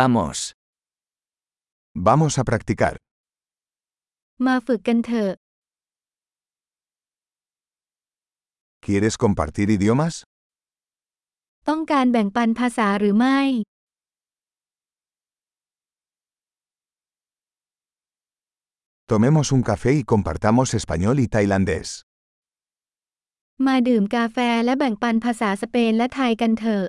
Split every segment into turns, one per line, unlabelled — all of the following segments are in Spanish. Vamos.
Vamos a practicar.
มาฝึกกันเถอะ
¿Quieres compartir idiomas?
ต้องการแบ่งปันภาษาหรือไม่
Tomemos un café y compartamos español y tailandés.
มาดื่มกาแฟและแบ่งปันภาษาสเปนและไทยกันเถอะ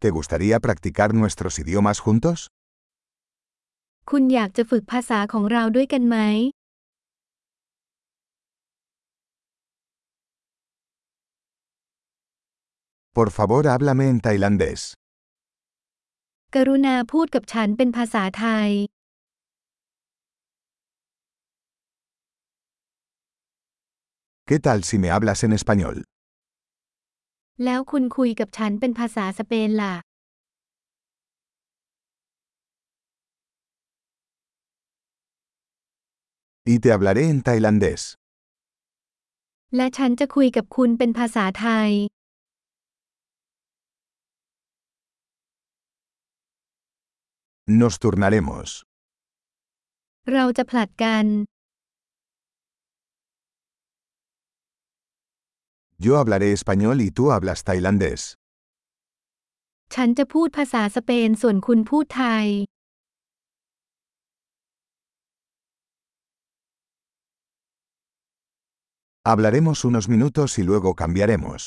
¿Te gustaría practicar nuestros idiomas juntos?
คุณอยากจะฝึกภาษาของเราด้วยกันไหม
Por favor, háblame en tailandés.
กรุณาพูดกับฉันเป็นภาษาไทย
¿Qué tal si me hablas en español?
แล้วคุณคุยกับฉันเป็นภาษาสเปนล่ะ
Y te hablaré en tailandés.
และฉันจะคุยกับคุณเป็นภาษาไทย
Nos turnaremos.
เราจะผลัดกัน
Yo hablaré español y tú hablas tailandés.
ฉันจะพูดภาษาสเปนส่วนคุณพูดไทย
Hablaremos unos minutos y luego cambiaremos.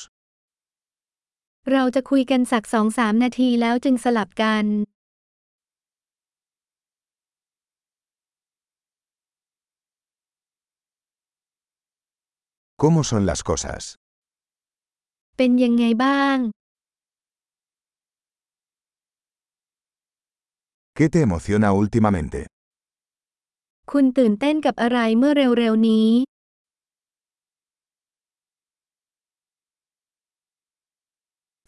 เราจะคุยกันสักสองสามนาทีแล้วจึงสลับกัน
¿Cómo son las cosas?
เป็นยังไงบ้าง
¿Qué te emociona últimamente?
คุณตื่นเต้นกับอะไรเมื่อเร็วๆนี้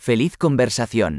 Feliz conversación.